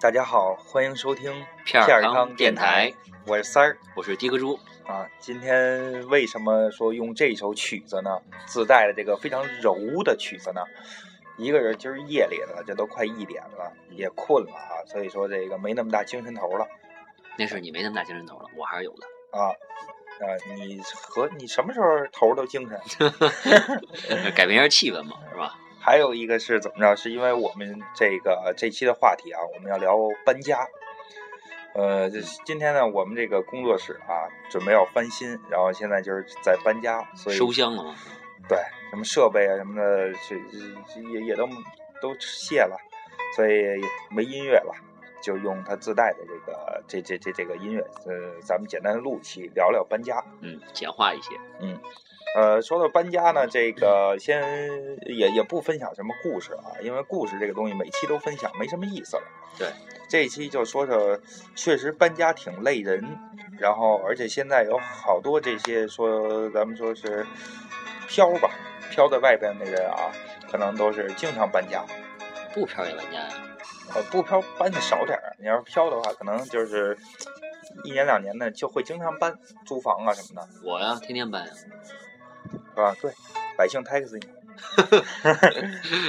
大家好，欢迎收听片片儿儿汤电台，，我是三儿我是迪克猪。啊。今天为什么说用这首曲子呢？自带的这个非常柔的曲子呢？一个人今儿夜里了，这都快一点了，也困了啊，所以说这个没那么大精神头了那是你没那么大精神头了，我还是有的。啊。啊，你和你什么时候头儿都精神？改变一下气氛嘛，是吧？还有一个是怎么着？是因为我们这个这期的话题啊，我们要聊搬家。呃，这是今天呢，我们这个工作室啊，准备要翻新，然后现在就是在搬家，所以收箱了嘛，对什么设备啊什么的，这这也也都都卸了，所以也没音乐了，就用它自带的这个这这这这个音乐，呃，咱们简单录期聊聊搬家。嗯，简化一些。呃，说到搬家呢，这个先也也不分享什么故事啊，因为故事这个东西每期都分享没什么意思了。对，这一期就说说，确实搬家挺累人，然后而且现在有好多这些说咱们说是飘吧，飘在外边的人啊，可能都是经常搬家，不漂亮玩家呀，呃，不飘搬的少点儿，你要是飘的话，可能就是一年两年的就会经常搬租房啊什么的，我呀，天天搬呀。是吧？对，百姓 tax 你。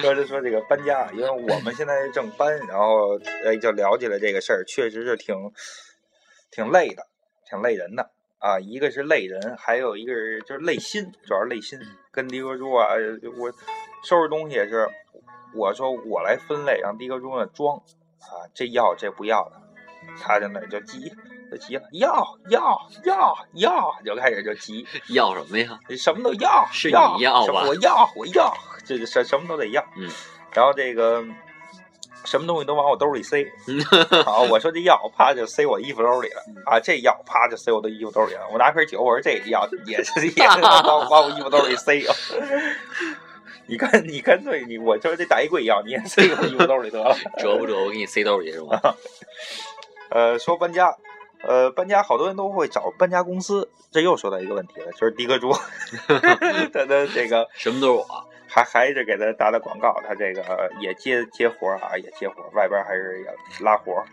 说就说这个搬家，因为我们现在正搬，然后哎就聊起来这个事儿，确实是挺挺累的，挺累人的啊。一个是累人，还有一个是就是累心，主要是累心。跟迪哥猪啊，呃我收拾东西也是，我说我来分类，让迪哥猪呢装啊，这要这不要的，他在那儿就急就急了，要要要要，就开始就急。要什么呀？什么都要，是要你要什么吧我要，我要，这这什什么都得要。嗯，然后这个什么东西都往我兜里 塞。好，我说这要，啪就塞我衣服兜里了嗯啊！这要，啪就塞我的衣服兜里了。我拿瓶酒，我说这 要也是也是往往我衣服兜里塞。你看，你干脆你，我就是这大衣柜要，你也塞我衣服兜里得 了。折不折？我给你塞兜里是吗？呃，说搬家，呃，搬家好多人都会找搬家公司，这又说到一个问题了，就是迪哥 猪，他的这个什么都是我。还还是给他打打广告，他这个呃也接接活儿啊，也接活儿，外边儿还是也拉活儿，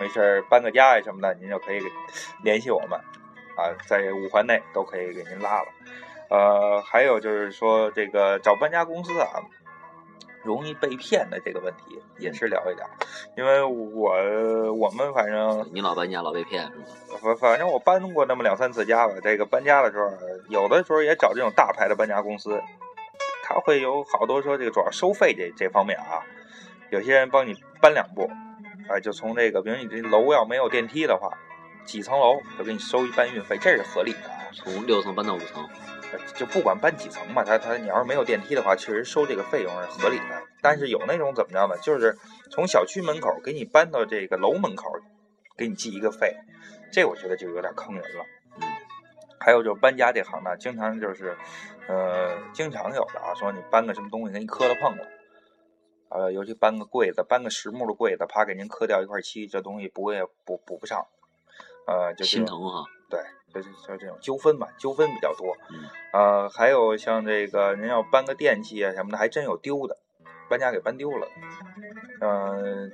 没事儿搬个家呀什么的，您就可以给联系我们啊，在五环内都可以给您拉了。呃，还有就是说这个找搬家公司啊，容易被骗的这个问题也是聊一聊，因为我我们反正你老搬家，老被骗是吗？反反正我搬过那么两三次家吧。这个搬家的时候，有的时候也找这种大牌的搬家公司，他会有好多说这个主要收费这这方面啊，有些人帮你搬两步，啊，就从这个，比如你这楼要没有电梯的话，几层楼就给你收一半运费，这是合理的啊。从六层搬到五层，就不管搬几层嘛，他他你要是没有电梯的话，确实收这个费用是合理的。但是有那种怎么着呢？就是从小区门口给你搬到这个楼门口，给你记一个费，这我觉得就有点坑人了。嗯，还有就是搬家这行呢，经常就是，呃，经常有的啊，说你搬个什么东西给你磕了碰了，呃，尤其搬个柜子，搬个实木的柜子，啪给您磕掉一块漆，这东西不会补补不上，呃，就这心种疼哈。就是就是这种纠纷吧，纠纷比较多。嗯，呃，还有像这个您要搬个电器啊什么的，还真有丢的，搬家给搬丢了。嗯、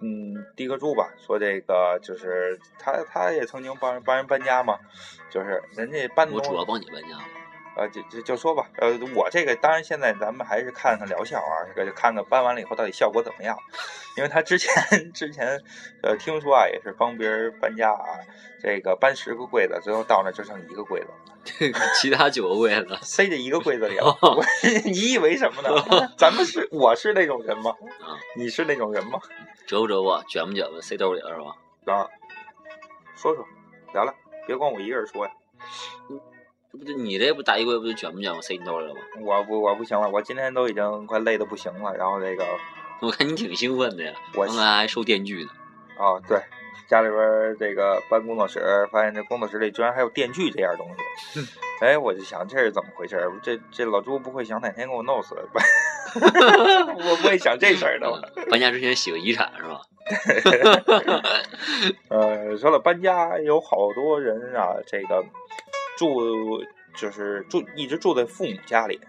嗯，迪克猪吧，说这个就是他他也曾经帮人帮人搬家嘛，就是人家搬的我东主要西，帮你搬家了。呃，就就就说吧，呃，我这个当然现在咱们还是看看疗效啊，这个看看搬完了以后到底效果怎么样，因为他之前 之前呃听说啊也是帮别人搬家啊，这个搬十个柜子，最后到那儿就剩一个柜子。这个其他九个柜子塞进一个柜子里了。我 你以为什么呢？ 咱们是我是那种人吗？啊，你是那种人吗？折不折不？卷不卷不？塞兜里了是吧？啊，说说，聊聊，别光我一个人说呀。这不就你这不大衣柜不就卷不卷不？塞你兜里了吗？我不我不行了，我今天都已经快累得不行了。然后这个我看你挺兴奋的呀，我刚才还收电锯呢。啊，对，家里边儿这个搬工作室，发现这工作室里居然还有电锯这样东西。哎，我就想这是怎么回事儿？这这老朱不会想哪天给我弄死了吧？ 我不会想这事儿的。我嗯搬家之前洗个遗产是吧？呃，说了搬家，有好多人啊，这个住就是住一直住在父母家里，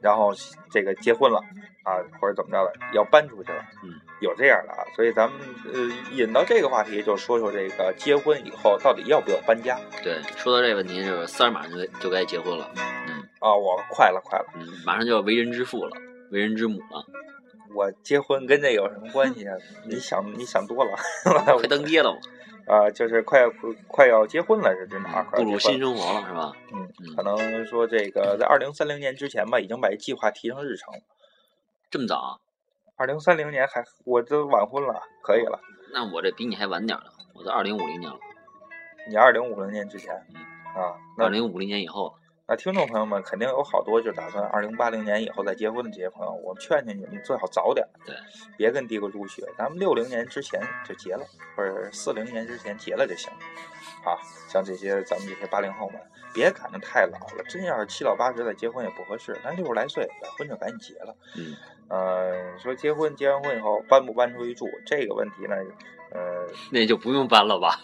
然后这个结婚了啊，或者怎么着了，要搬出去了，嗯，有这样的啊，所以咱们呃引到这个话题，就说说这个结婚以后到底要不要搬家对，说到这问题，就是三十马上就就该结婚了，啊？我快了，快了，嗯，马上就要为人之父了，为人之母了，我结婚跟这有什么关 系啊？你想你想多了快当爹了嘛， 啊，就是快要快要结婚了，是真的啊，快嗯步要结入婚了。新生活了，是吧？嗯，嗯可能说这个在二零三零年之前吧，已经把这计划提上日程了。这么早？二零三零年还我都晚婚了，可以了。那我这比你还晚点儿呢，我都二零五零年了，你二零五零年之前嗯啊，那二零五零年以后了，那听众朋友们肯定有好多就打算二零八零年以后再结婚的这些朋友，我劝劝你们最好早点，对，别跟帝国入学，咱们六零年之前就结了，或者四零年之前结了就行。啊，像这些咱们这些八零后们，别赶得太老了，真要是七老八十再结婚也不合适，咱六十来岁把婚就赶紧结了。嗯，呃，说结婚结完婚以后搬不搬出去住这个问题呢，呃，那就不用搬了 吧，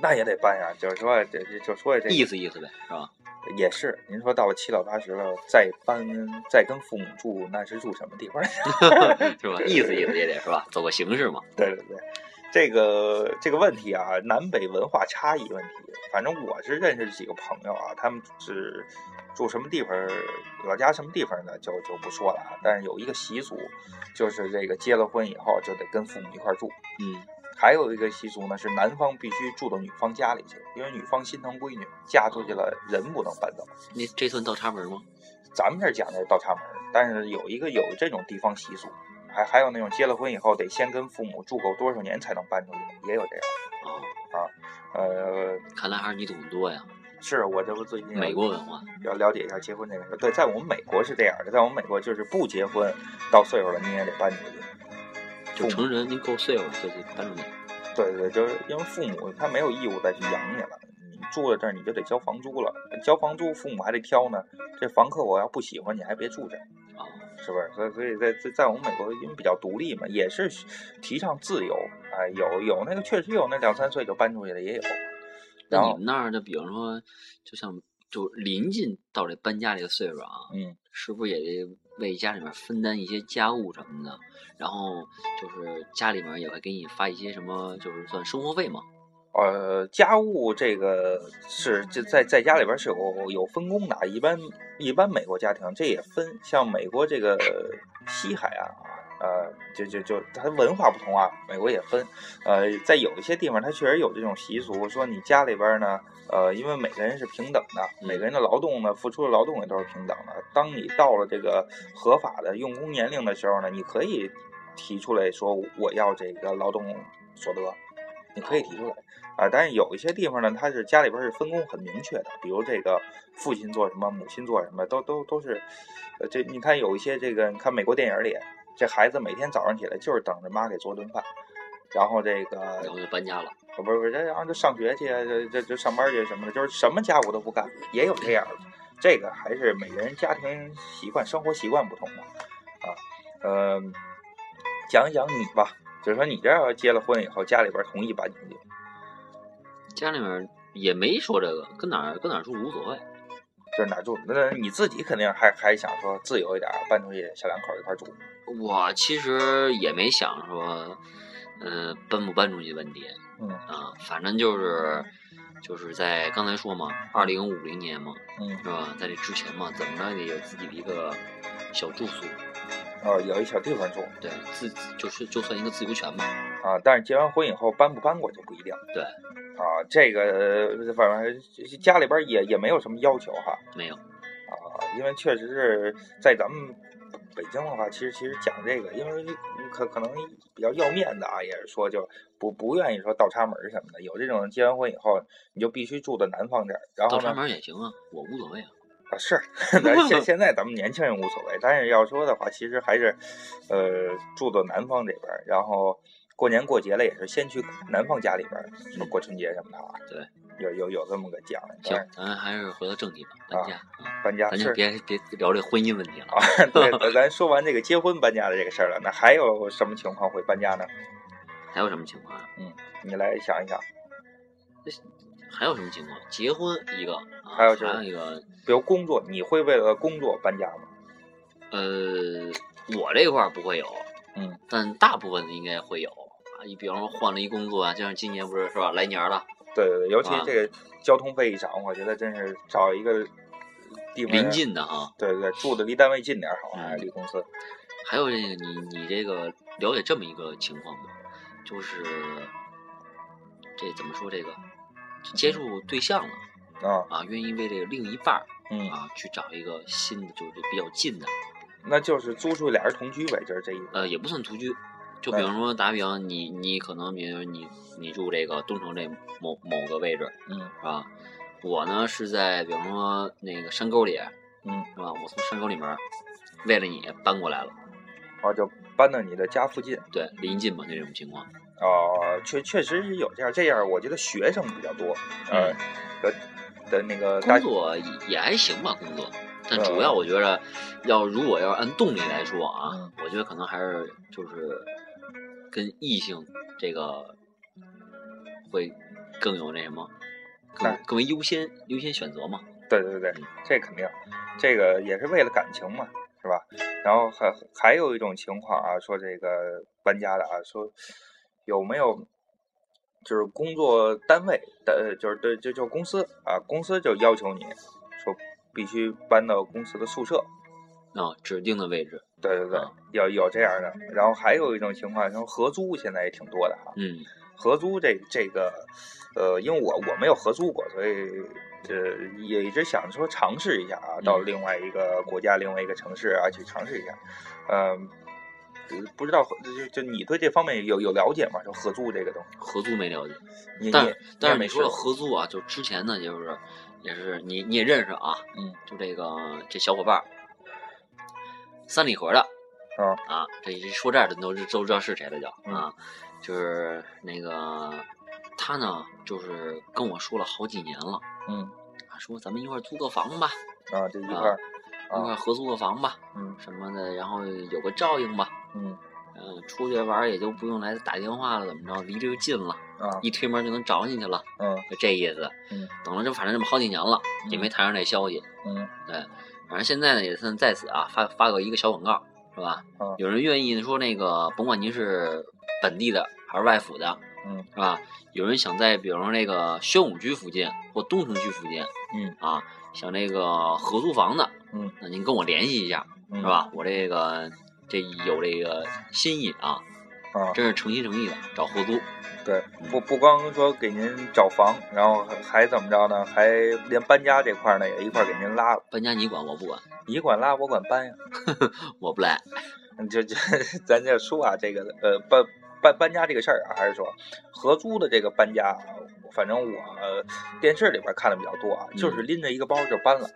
那也得搬呀，就是说这这就说这个意思意思呗，是 吧？ 也是，您说到了七老八十了，再搬再跟父母住，那是住什么地方？是吧？意思意思也得是吧？走个形式嘛， 对对对，这个这个问题啊，南北文化差异问题，反正我是认识几个朋友啊，他们是住什么地方，老家什么地方呢，就就不说了啊。但是有一个习俗，就是这个结了婚以后就得跟父母一块儿住。嗯，还有一个习俗呢，是男方必须住到女方家里去，因为女方心疼闺女，嫁出去了人不能搬走。那这算倒插门吗？咱们这儿讲的是倒插门儿，但是有一个有这种地方习俗，还还有那种结了婚以后得先跟父母住够多少年才能搬出去，也有这样。哦，呃，看来还是你懂得多呀，是啊我这不最近要美国文化，要了解一下结婚这个事儿。对，在我们美国是这样的，在我们美国就是不结婚到岁数了你也得搬出去。就成人您够岁数了就得搬出去，对对，就是因为父母他没有义务再去养你了，你住在这儿你就得交房租了，交房租父母还得挑呢。这房客我要不喜欢你还别住这儿。哦，是不是？所以所以在在在我们美国，因为比较独立嘛，也是提倡自由。哎，有有那个确实有那两三岁就搬出去的也有。那然你后，们那儿的，比方说，就像就临近到这搬家这个岁数啊，嗯，是不是也得为家里面分担一些家务什么的？然后就是家里面也会给你发一些什么，就是算生活费嘛。呃，家务这个是就在在家里边是有有分工的啊。一般一般美国家庭这也分，像美国这个西海岸啊，呃，就就就它文化不同啊，美国也分。呃，在有一些地方，它确实有这种习俗，说你家里边呢，呃，因为每个人是平等的，嗯每个人的劳动呢，付出的劳动也都是平等的。当你到了这个合法的用工年龄的时候呢，你可以提出来说我要这个劳动所得，你可以提出来啊、但是有一些地方呢，它是家里边是分工很明确的，比如这个父亲做什么，母亲做什么，都都都是，呃，这你看有一些这个，你看美国电影里，这孩子每天早上起来就是等着妈给做顿饭。然后这个然后就搬家了，呃不是不是，这然后就上学去，啊这这这上班去什么的，就是什么家务都不干，也有这样的。这个还是每个人家庭习惯、生活习惯不同嘛，啊，呃，讲一讲你吧，就是说你这要结了婚以后，家里边同意搬出去，家里面也没说这个，跟哪儿跟哪儿住无所谓。就是哪住？那你自己肯定还还想说自由一点，搬出去小两口一块住。我其实也没想说，呃，搬不搬出去问题。嗯啊，反正就是就是在刚才说嘛，二零五零年嘛，嗯，是吧？在这之前嘛，怎么着也有自己的一个小住宿，哦，有一小地方住对，自就是就算一个自由权吧。啊，但是结完婚以后搬不搬过就不一定。对，啊，这个呃反正家里边也也没有什么要求哈。没有，啊，因为确实是在咱们北京的话，其实其实讲这个，因为可可能比较要面子啊，也是说就不不愿意说倒插门儿什么的。有这种结完婚以后，你就必须住到南方这儿，然倒后插呢，门也行啊，我无所谓啊。啊是， 咱现现在咱们年轻人无所谓，但是要说的话，其实还是呃住到南方这边儿，然后过年过节了也是先去南方家里边儿，什么过春节什么的啊。嗯对。有有有这么个讲，但行是，咱还是回到正题吧，搬家啊，搬家咱是就别别聊这婚姻问题了。啊，对， 咱咱说完这个结婚搬家的这个事儿了，那还有什么情况会搬家呢？还有什么情况啊？你来想一想，还有什么情况？结婚一个，啊还有就是一个，比如工作，你会为了工作搬家吗？呃，我这块儿不会有，嗯，但大部分的应该会有啊。你比方说换了一工作啊，就像今年不是是吧，来年儿了，对对对，尤其啊这个交通费一涨，我觉得真是找一个地方临，近的嗯哈。对对对，住的离单位近点儿好，还是离公司？还有这个，你你这个了解这么一个情况吗？就是这怎么说这个接触对象了啊，啊，愿意为这个另一半儿嗯，啊去找一个新的，就是比较近的，那就是租出去俩人同居呗，就是这意思。呃，也不算独居。就比方说打比方，你你可能比如说你你住这个东城这某某个位置，嗯是吧？我呢是在比方说那个山沟里，嗯，是吧？我从山沟里面儿为了你搬过来了，然后就搬到你的家附近。对，临近嘛，就这种情况。哦，确确实是有这样，这样我觉得学生比较多，呃，的的那个大工作也也还行吧，工作，但嗯主要我觉着，要如果要是按动力来说啊，嗯我觉得可能还是就是跟异性这个会更有那什么，更那更为优先优先选择嘛。对对对，这肯定，这个也是为了感情嘛，是吧？然后还还有一种情况啊，说这个搬家的啊，说有没有就是工作单位的，呃就是对就就公司啊，公司就要求你说必须搬到公司的宿舍，啊、指定的位置，对对对啊，有有这样的。然后还有一种情况，然后合租现在也挺多的啊，嗯，合租这这个，呃，因为我我没有合租过，所以呃也一直想说尝试一下啊，到嗯另外一个国家、另外一个城市啊去尝试一下，嗯、呃不知道合就就你对这方面有有了解吗？就合租这个东西，合租没了解，你你但也你但也是没你试说过了合租啊，就之前呢，就是也是你你也认识啊，嗯，就这个这小伙伴儿，三里河的，嗯啊，这一说这儿的都知都知道是谁了就嗯啊，就是那个他呢，就是跟我说了好几年了，嗯啊，说咱们一块儿租个房吧，啊这一块儿啊一块儿啊合租个房吧，嗯什么的，然后有个照应吧，嗯嗯、出去玩儿也就不用来打电话了，怎么着，离这就近了，啊一推门就能找你去了。嗯就这意思。嗯，等了这反正这么好几年了，也没谈上这消息。嗯反正现在呢，也算在此啊发发个一个小广告，是吧？嗯有人愿意说那个，甭管您是本地的还是外府的，嗯，是吧？有人想在比如说那个宣武区附近或东城区附近，嗯啊，想那个合租房的，嗯，那您跟我联系一下，嗯是吧？我这个这有这个心意啊，啊真是诚心诚意的找合租，对，不不光说给您找房，然后还还怎么着呢？还连搬家这块儿呢也一块儿给您拉了，搬家你管我不管，你管拉我管搬呀。我不来，嗯就 就咱就说啊，这个呃搬搬搬家这个事儿啊，还是说合租的这个搬家啊，反正我、呃电视里边看的比较多啊，就是嗯拎着一个包就搬了、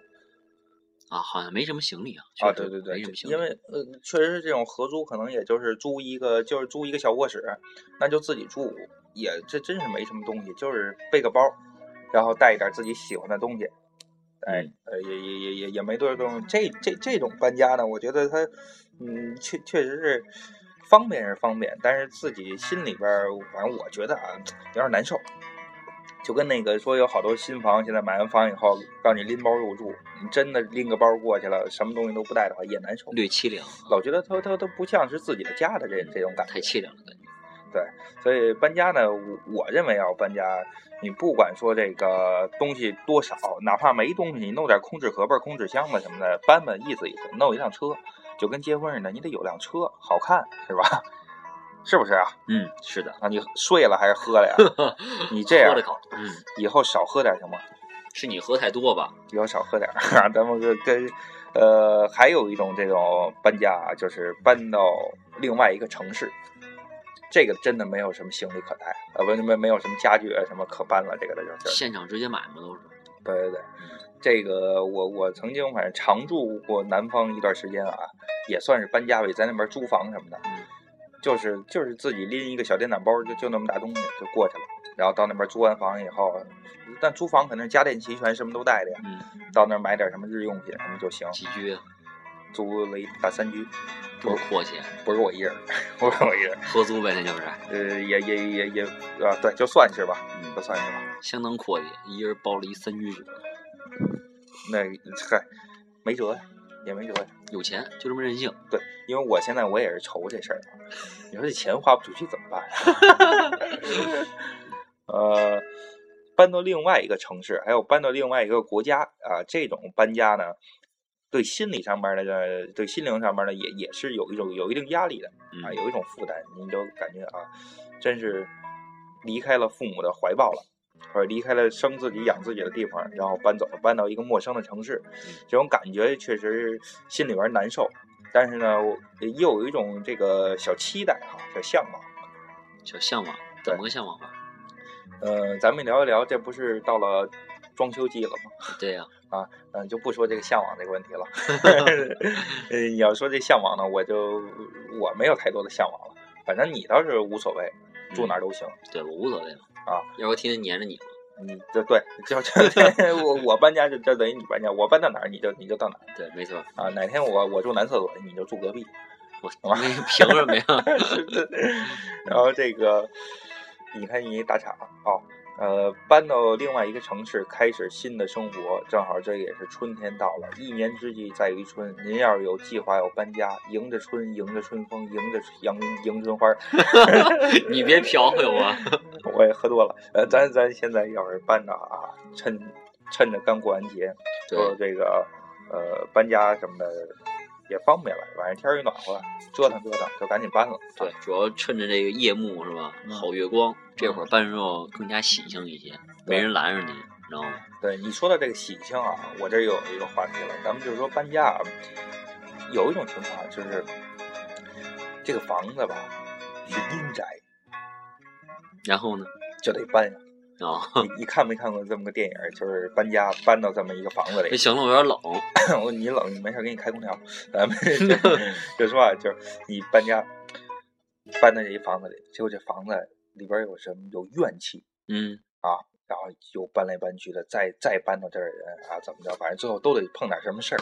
啊，好像没什么行李啊。啊，确对对实对没什么，行李。因为呃确实是这种合租，可能也就是租一个就是租一个小卧室，那就自己住，也这真是没什么东西，就是背个包，然后带一点自己喜欢的东西。哎嗯，呃，也也也也也没多少东西。这这这种搬家呢，我觉得它，嗯，确确实是方便是方便，但是自己心里边儿，反正我觉得啊，有点难受。就跟那个说有好多新房，现在买完房以后让你拎包入住，你真的拎个包过去了，什么东西都不带的话也难受。略凄凉，老觉得它它它不像是自己的家的这这种感觉。啊太凄凉了，感觉。所以搬家呢，我我认为啊，搬家，你不管说这个东西多少，哪怕没东西，你弄点空置盒吧、空置箱子什么的，搬搬意思意思，弄一辆车，就跟结婚似的，你得有辆车，好看是吧？ 是不是啊？嗯，是的，啊，你睡了还是喝了 呀？你这样喝了口，嗯，以后少喝点行吗？是你喝太多吧？以后少喝点儿，啊咱们跟跟呃，还有一种这种搬家啊，就是搬到另外一个城市，这个真的没有什么行李可带，呃，不，没没有什么家具啊什么可搬了，这个的就是，现场直接买嘛都是。对对对，这个我我曾经反正常住过南方一段时间啊，也算是搬家呗，在那边租房什么的，嗯，就是就是自己拎一个小电脑包，就就那么大东西就过去了，然后到那边租完房以后，但租房肯定是家电齐全，什么都带的呀，嗯，到那儿买点什么日用品什么就行。起居啊租了一大三居，这么阔气，不是我一人儿， 不是我一人儿，合租呗，那就是，呃，也也也也啊，对，就算是吧，就嗯，算是吧。相当阔气，一人包了一三居室，那嗨，没辙呀，也没辙呀。有钱就这么任性。对，因为我现在我也是愁这事儿，你说这钱花不出去怎么办、啊 呃，搬到另外一个城市，还有搬到另外一个国家啊、这种搬家呢，对心理上面的，对心灵上面的也也是有一种有一定压力的啊，嗯，有一种负担，你就感觉啊，真是离开了父母的怀抱了。或者离开了生自己养自己的地方，然后搬走了，搬到一个陌生的城市，这种感觉确实心里边难受。但是呢，我也有一种这个小期待哈、小向往。小向往，怎么个向往法？呃，咱们聊一聊，这不是到了装修季了吗？对呀、嗯、就不说这个向往这个问题了。呃，你要说这向往呢，我就我没有太多的向往了。反正你倒是无所谓，住哪儿都行。对我无所谓嘛。啊，要不天天黏着你嘛。你这对，就 就我我搬家就就等于你搬家，我搬到哪儿你就你就到哪儿对，没错。啊。哪天我我住男厕所，你就住隔壁。 我吧那 凭什么呀？然后这个，你看你打岔啊哦，呃，搬到另外一个城市开始新的生活，正好这也是春天到了，一年之计在于春。您要是有计划要搬家，迎着春，迎着春风，迎着迎迎春花儿，你别嫖回我 啊。我也喝多了。呃，咱咱现在要是搬到啊，趁趁着刚过完节，对就这个呃搬家什么的也方便了，晚上天儿一暖和，折腾折腾就赶紧搬了。对，主要趁着这个夜幕是吧？嗯好月光，这会儿搬之后更加喜庆一些，没人拦着你，你知道吗？对你说到这个喜庆啊，我这儿又有一个话题了。咱们就是说搬家，啊，有一种情况就是这个房子吧是阴宅，然后呢？就得搬。啊，你你看没看过这么个电影儿？就是搬家搬到这么一个房子这里。哎行了，我有点冷。 我你冷，你没事儿给你开空调。哎咱们 就说啊，就是你搬家搬到这一房子里，结果这房子里边儿有什么有怨气，嗯，然后又搬来搬去的，再再搬到这儿的人啊，怎么着，反正最后都得碰点什么事儿。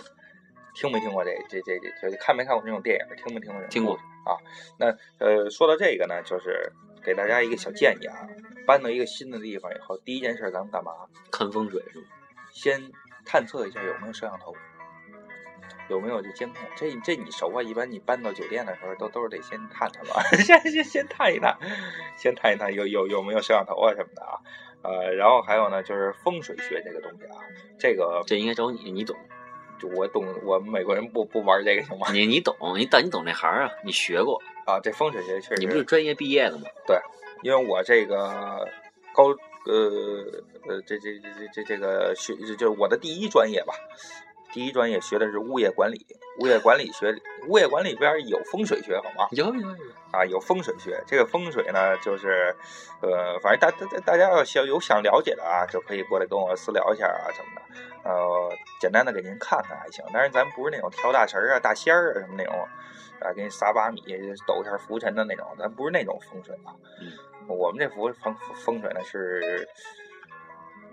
听没听过这这这这这看没看过这种电影？听没听过这种故事？听过啊。那呃，说到这个呢，就是给大家一个小建议啊，搬到一个新的地方以后，第一件事咱们干嘛？看风水是吗？先探测一下有没有摄像头，有没有这监控。这这你熟啊？一般你搬到酒店的时候，都都是得先探探吧， 先先先探一探，先探一探有有有没有摄像头啊什么的啊。呃，然后还有呢，就是风水学这个东西啊，这个这应该找你，你懂，就我懂，我们美国人不不玩这个行吗？你你懂，你懂，你懂这行啊，你学过，啊，这风水学确你不是实，专业毕业的吗？因为我这个高呃呃这这这这这这个学这就是我的第一专业吧，第一专业学的是物业管理，物业管理学，物业管理边儿有风水学好吗？有有有，啊，有风水学。这个风水呢，就是，呃，反正大大大家要想有想了解的啊，就可以过来跟我私聊一下啊什么的。呃，简单的给您看看还行，但是咱不是那种挑大神儿啊、大仙儿啊什么那种，啊，给你撒把米、抖一下浮尘的那种，咱不是那种风水啊。嗯我们这风风风水呢是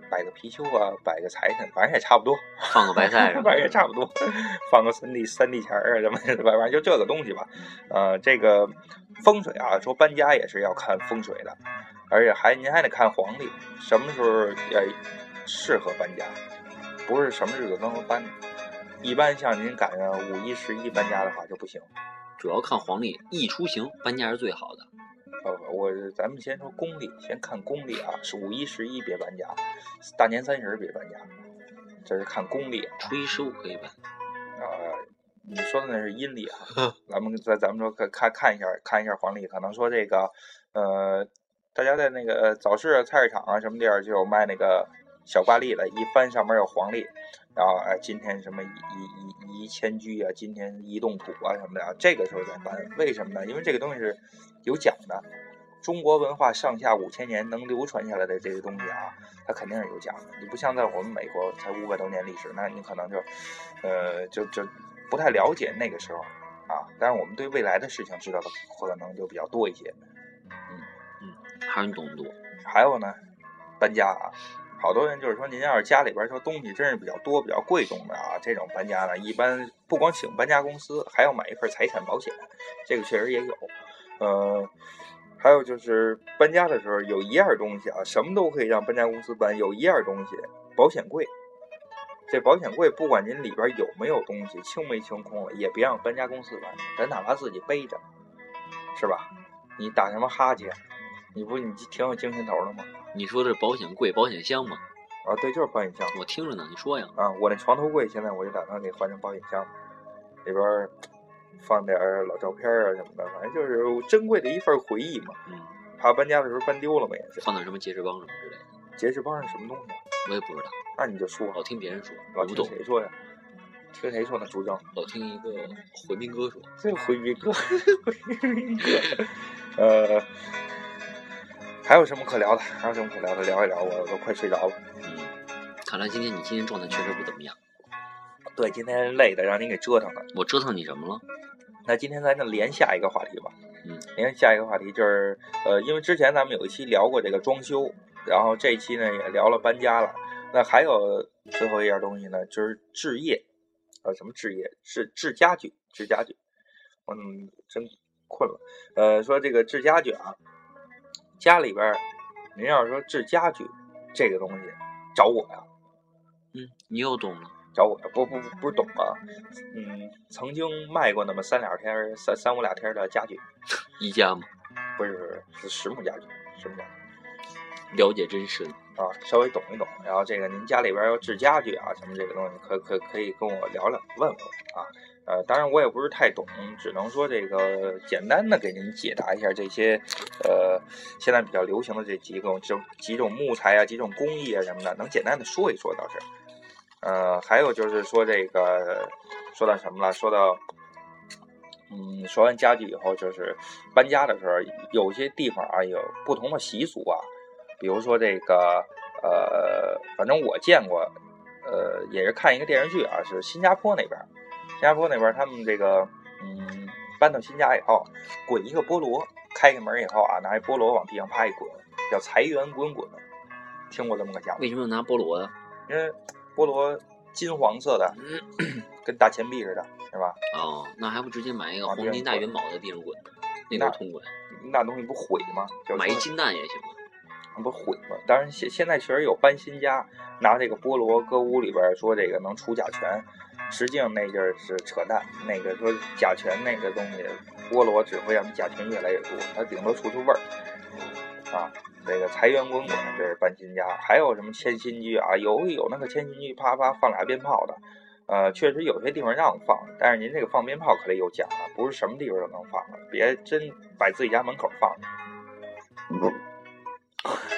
摆个貔貅啊，摆个财神，反正也差不多。放个白 菜是吧反？正也差不多，放个三 D 三 D 钱儿啊什么的，反正就这个东西吧。呃，这个风水啊，说搬家也是要看风水的，而且还您还得看黄历，什么时候要适合搬家，不是什么日子都能搬。一般像您赶上五一、十一搬家的话就不行。主要看黄历，易出行，搬家是最好的。呃，我咱们先说公历，先看公历啊，是五一、十一别搬家，大年三十儿别搬家，这是看公历啊。初一十五可以搬，呃，你说的那是阴历啊，咱们咱咱们说看看看一下看一下黄历，可能说这个呃，大家在那个早市啊、菜市场啊什么地儿就有卖那个小挂历的，一翻上面有黄历，然后哎，今天什么移移移迁居啊，今天移动土啊什么的啊，这个时候再搬，为什么呢？因为这个东西是有讲的。中国文化上下五千年能流传下来的这个东西啊，它肯定是有讲的。你不像在我们美国才五百多年历史，那你可能就，呃，就就不太了解那个时候啊。但是我们对未来的事情知道的可能就比较多一些。还是你懂得多。还有呢，搬家啊，好多人就是说，您要是家里边儿说东西真是比较多、比较贵重的啊，这种搬家呢，一般不光请搬家公司，还要买一份财产保险，这个确实也有。呃，还有就是搬家的时候，有一样东西啊，什么都可以让搬家公司搬，有一样东西，保险柜。这保险柜不管您里边有没有东西，清没清空了，也别让搬家公司搬，咱哪怕自己背着，是吧？你打什么哈欠？你不你挺有精神头的吗？你说的是保险柜、保险箱吗？啊，对，就是保险箱我听着呢，你说呀。啊，我那床头柜现在我就打算给换成保险箱，里边儿放点儿老照片啊什么的，反正就是珍贵的一份回忆嘛。嗯，怕搬家的时候搬丢了嘛，也是。放点什么结石帮什么之类的，杰士邦是什么东西啊？我也不知道，那你就说啊，老听别人说，老我不听懂，谁说呀？听谁说呢？主教，老听一个回民哥说。 这回民哥， 回民哥，呃，还有什么可聊的？还有什么可聊的？聊一聊，我都快睡着了。嗯，看来今天你今天状态确实不怎么样。对，今天累的让你给折腾了。我折腾你什么了？那今天咱就连下一个话题吧。嗯，连下一个话题就是，呃，因为之前咱们有一期聊过这个装修，然后这一期呢也聊了搬家了。那还有最后一样东西呢，就是置业，呃，什么置业？是置家具，置家具。嗯，真困了。呃，说这个置家具啊，家里边儿，您要是说置家具这个东西，找我呀、嗯，你又懂了。找我不不不不是懂啊，嗯，曾经卖过那么三两天儿三三五两天儿的家具，宜家吗？不是不是是实木家具，实木家具了解真深。啊，稍微懂一懂。然后这个您家里边儿要置家具啊什么这个东西，可可可以跟我聊聊，问问我啊。呃，当然我也不是太懂，只能说这个简单的给您解答一下这些，呃，现在比较流行的这几种这几种木材啊，几种工艺啊什么的，能简单的说一说倒是。呃，还有就是说这个说到什么了？说到嗯，说完家具以后，就是搬家的时候，有些地方啊有不同的习俗啊，比如说这个呃，反正我见过，呃，也是看一个电视剧啊，是新加坡那边儿，新加坡那边儿他们这个嗯，搬到新家以后，滚一个菠萝，开开门以后啊，拿一菠萝往地上啪一滚，叫财源滚滚，听过这么个讲法，为什么要拿菠萝呀、因为菠萝金黄色的，嗯跟大钱币似的，是吧？哦，那还不直接买一个啊黄金大元宝在地上滚，那那个通滚，那东西不毁吗？就是买一说金蛋也行啊。不毁吗？当然现现在确实有搬新家，拿这个菠萝搁屋里边儿说这个能除甲醛，实际上那阵儿是扯淡。那个说甲醛那个东西，菠萝只会让你甲醛越来越多，它顶多除除味儿。啊，这个财源滚滚，这是搬新家，还有什么迁新居啊？有有那个迁新居，啪啪放俩鞭炮的。呃，确实有些地方让放，但是您这个放鞭炮可得有奖了，不是什么地方都能放了，别真摆自己家门口放。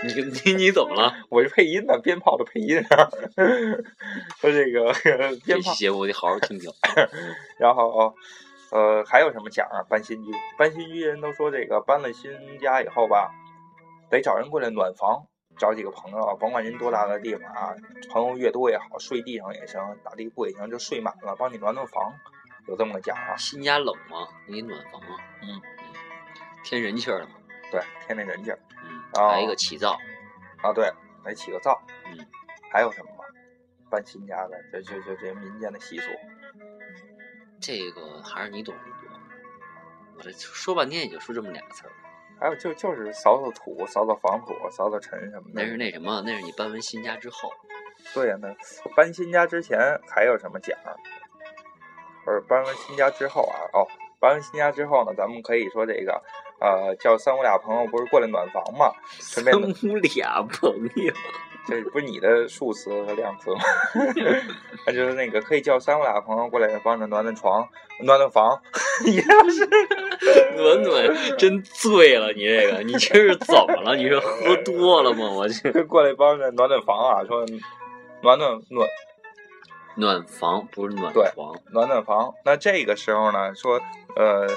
你你你怎么了？我是配音的，鞭炮的配音啊， 说这个鞭这炮期，节目我得好好 听听。然后呃还有什么奖啊？搬新居，搬新居人都说这个搬了新家以后吧，得找人过来暖房，找几个朋友啊，甭管您多大的地方啊，朋友越多越好，睡地上也行，打地铺也行，就睡满了，帮你暖暖房，有这么个奖啊。新家冷吗？你给暖房吗？嗯添人气儿了吗？对，添那人气儿嗯，哦来一个起灶。啊，对，来起个灶，嗯，还有什么吗？搬新家的，这这这这民间的习俗，这个还是你懂得多。我这说半天也就说这么俩词儿。还有就就是扫扫土、扫扫房土、扫扫尘什么的。那是那什么，那是你搬完新家之 后，对呀、那搬新家之前还有什么奖？不是搬完新家之后啊，哦，搬完新家之后呢，咱们可以说这个，呃，叫三五俩朋友不是过来暖房嘛？顺便三五俩啊朋友，这不是你的数词和量词吗？ 那就是那个可以叫三五俩朋友过来帮着暖暖床、暖暖房， 也是 暖暖真醉了，你这个，你这是怎么了？你是喝多了吗？我去，就 过来帮着暖暖房啊，说暖暖暖暖房不是暖床，暖暖房。那这个时候呢，说呃，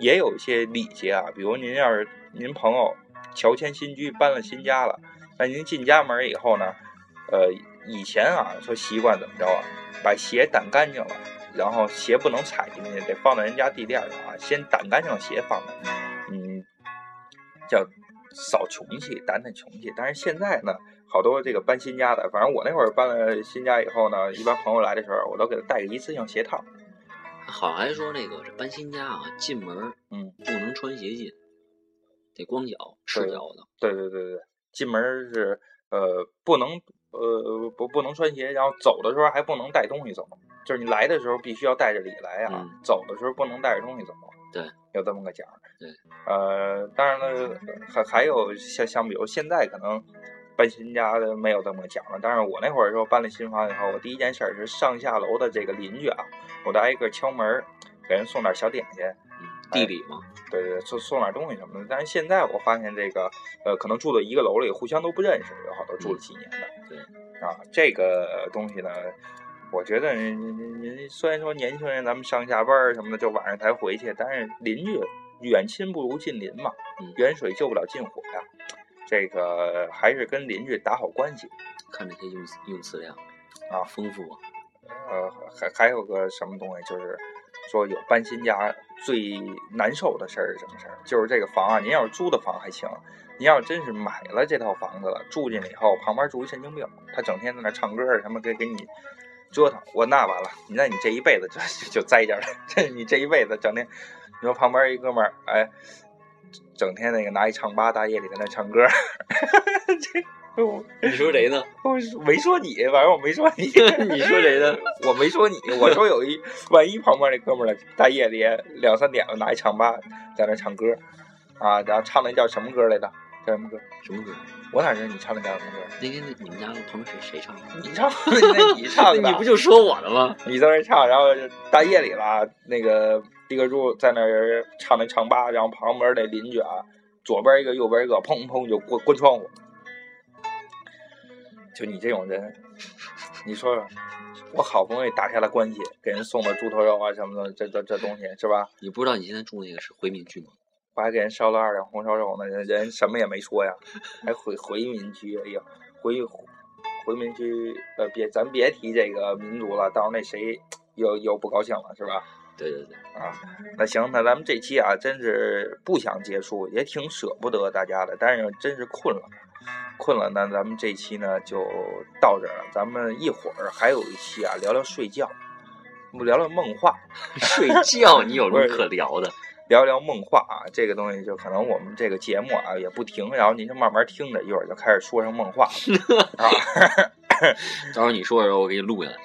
也有一些礼节啊，比如您要是您朋友乔迁新居搬了新家了，那您进家门以后呢，呃，以前啊说习惯怎么着啊，把鞋掸干净了。然后鞋不能踩进去，得放到人家地垫上啊。先掸干净了鞋放那，嗯，叫扫穷气，掸掸穷气。但是现在呢，好多这个搬新家的，反正我那会儿搬了新家以后呢，一般朋友来的时候，我都给他带个一次性鞋套。好像还说那个这搬新家啊，进门儿嗯，不能穿鞋进，得光脚赤脚的。嗯对对对对，进门是呃不能呃，不不能穿鞋，然后走的时候还不能带东西走，就是你来的时候必须要带着礼来啊，嗯走的时候不能带着东西走。对，有这么个讲。对，呃，当然了，还还有像像比如现在可能搬新家的没有这么讲了，但是我那会儿时候搬了新房以后，我第一件事儿是上下楼的这个邻居啊，我都挨个敲门儿，给人送点小点心。嗯哎地理嘛，对对，送送点东西什么的。但是现在我发现这个，呃，可能住到一个楼里，互相都不认识，有好多住了几年的。嗯对，啊，这个东西呢，我觉得您您虽然说年轻人咱们上下班儿什么的就晚上才回去，但是邻居远亲不如近邻嘛嗯，远水救不了近火呀。这个还是跟邻居打好关系。看这些用词用词量啊丰富啊，呃，还还有个什么东西，就是说有搬新家最难受的事儿是什么事儿？就是这个房啊，您要是租的房还行，您要真是买了这套房子了，住进来以后，旁边住一神经病，他整天在那唱歌儿什么，给给你折腾，我那完了，你那你这一辈子就就栽这儿了， 这你这一辈子整天，你说旁边一哥们儿，哎，整天那个拿一唱吧，大夜里在那唱歌儿， 这 我你说谁呢？我没说你，反正我没说你。 你说谁呢？ 我没说你，我说有一万一旁边那哥们儿大夜里两三点了拿一唱吧在那唱歌，啊，然后唱那叫什么歌来着？叫什么歌？什么歌？我哪知道你唱那叫什么歌？那天那你们家旁边谁谁唱的？你唱，那你唱的， 你不就说我了吗？你在那唱，然后大夜里了，那个地格柱在那儿唱那唱吧，然后旁边那邻居啊，左边一个右边一个，砰砰就关关窗户。就你这种人，你说说，我好不容易打下了关系，给人送的猪头肉啊什么的，这这这东西是吧？你不知道你现在住那个是回民区吗？我还给人烧了二两红烧肉呢，人人什么也没说呀，还回回民区，哎呀，回回民区，呃，别咱别提这个民族了，到时候那谁又又不高兴了，是吧？对对对，那行，那咱们这期啊，真是不想结束，也挺舍不得大家的，但是真是困了，困了。那咱们这期呢就到这儿了，咱们一会儿还有一期啊，聊聊睡觉，聊聊梦话， 睡觉你有什么可聊的？聊聊梦话啊，这个东西就可能我们这个节目啊也不停，然后您就慢慢听着，一会儿就开始说上梦话了啊，到时候你说的时候我给你录下来，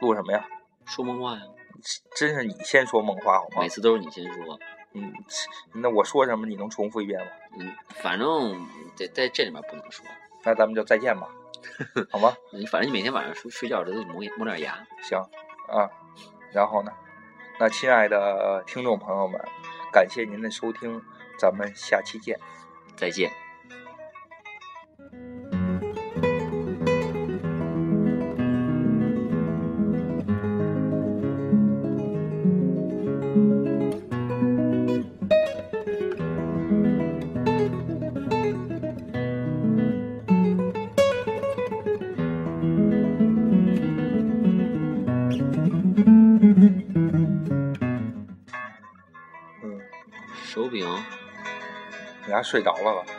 录什么呀？说梦话呀，真是你先说梦话好吗每？次都是你先说。嗯，那我说什么你能重复一遍吗？嗯，反正在在这里面不能说。那咱们就再见吧，好吗？你反正你每天晚上睡睡觉的时候都得磨磨点牙。行啊，然后呢？那亲爱的听众朋友们，感谢您的收听，咱们下期见。再见。嗯，手柄你还睡着了吧？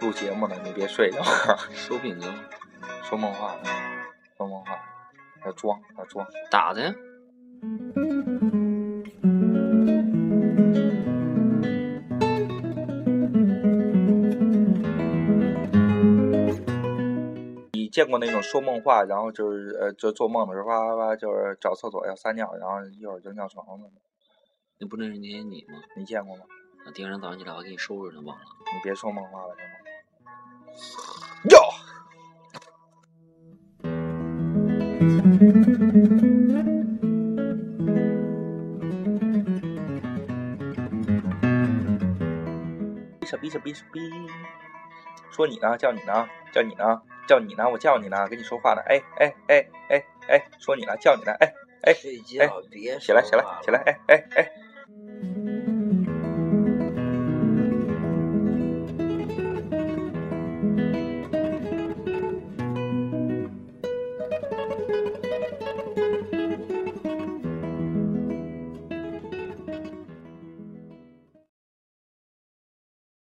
录节目呢，你别睡着，手柄呢？说梦话呢，说梦话，要装要装。打的呀。你见过那种说梦话，然后就是呃，就做梦的时候哇哇哇，就是找厕所要撒尿，然后一会儿就尿床了吗，那不那是那天你吗？你见过吗？啊，第二天早上起来我还给你收拾呢，忘了。你别说梦话了，行吗？哟。傻逼傻逼傻逼！说你呢，叫你呢，叫你呢，叫你呢，我叫你呢，跟你说话呢，哎哎哎哎哎，说你呢，叫你呢，哎哎睡觉，别起来起来起来，哎哎哎